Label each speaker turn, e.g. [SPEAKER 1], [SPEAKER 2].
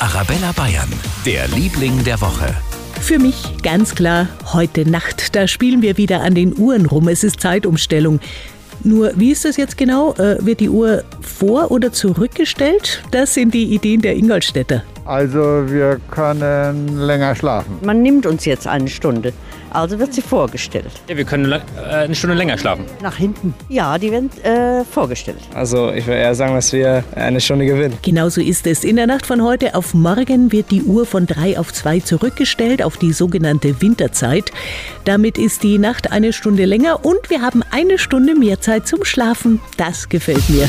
[SPEAKER 1] Arabella Bayern, der Liebling der Woche.
[SPEAKER 2] Für mich ganz klar heute Nacht. Da spielen wir wieder an den Uhren rum. Es ist Zeitumstellung. Nur, wie ist das jetzt genau? Äh, wird die Uhr vor- oder zurückgestellt? Das sind die Ideen der Ingolstädter.
[SPEAKER 3] Also wir können länger schlafen.
[SPEAKER 4] Man nimmt uns jetzt eine Stunde. Also wird sie vorgestellt.
[SPEAKER 5] Ja, wir können lang- äh, eine Stunde länger schlafen.
[SPEAKER 4] Nach hinten? Ja, die werden äh, vorgestellt.
[SPEAKER 6] Also ich würde eher sagen, dass wir eine Stunde gewinnen.
[SPEAKER 2] Genauso ist es. In der Nacht von heute auf morgen wird die Uhr von drei auf zwei zurückgestellt auf die sogenannte Winterzeit. Damit ist die Nacht eine Stunde länger und wir haben eine Stunde mehr Zeit zum Schlafen. Das gefällt mir.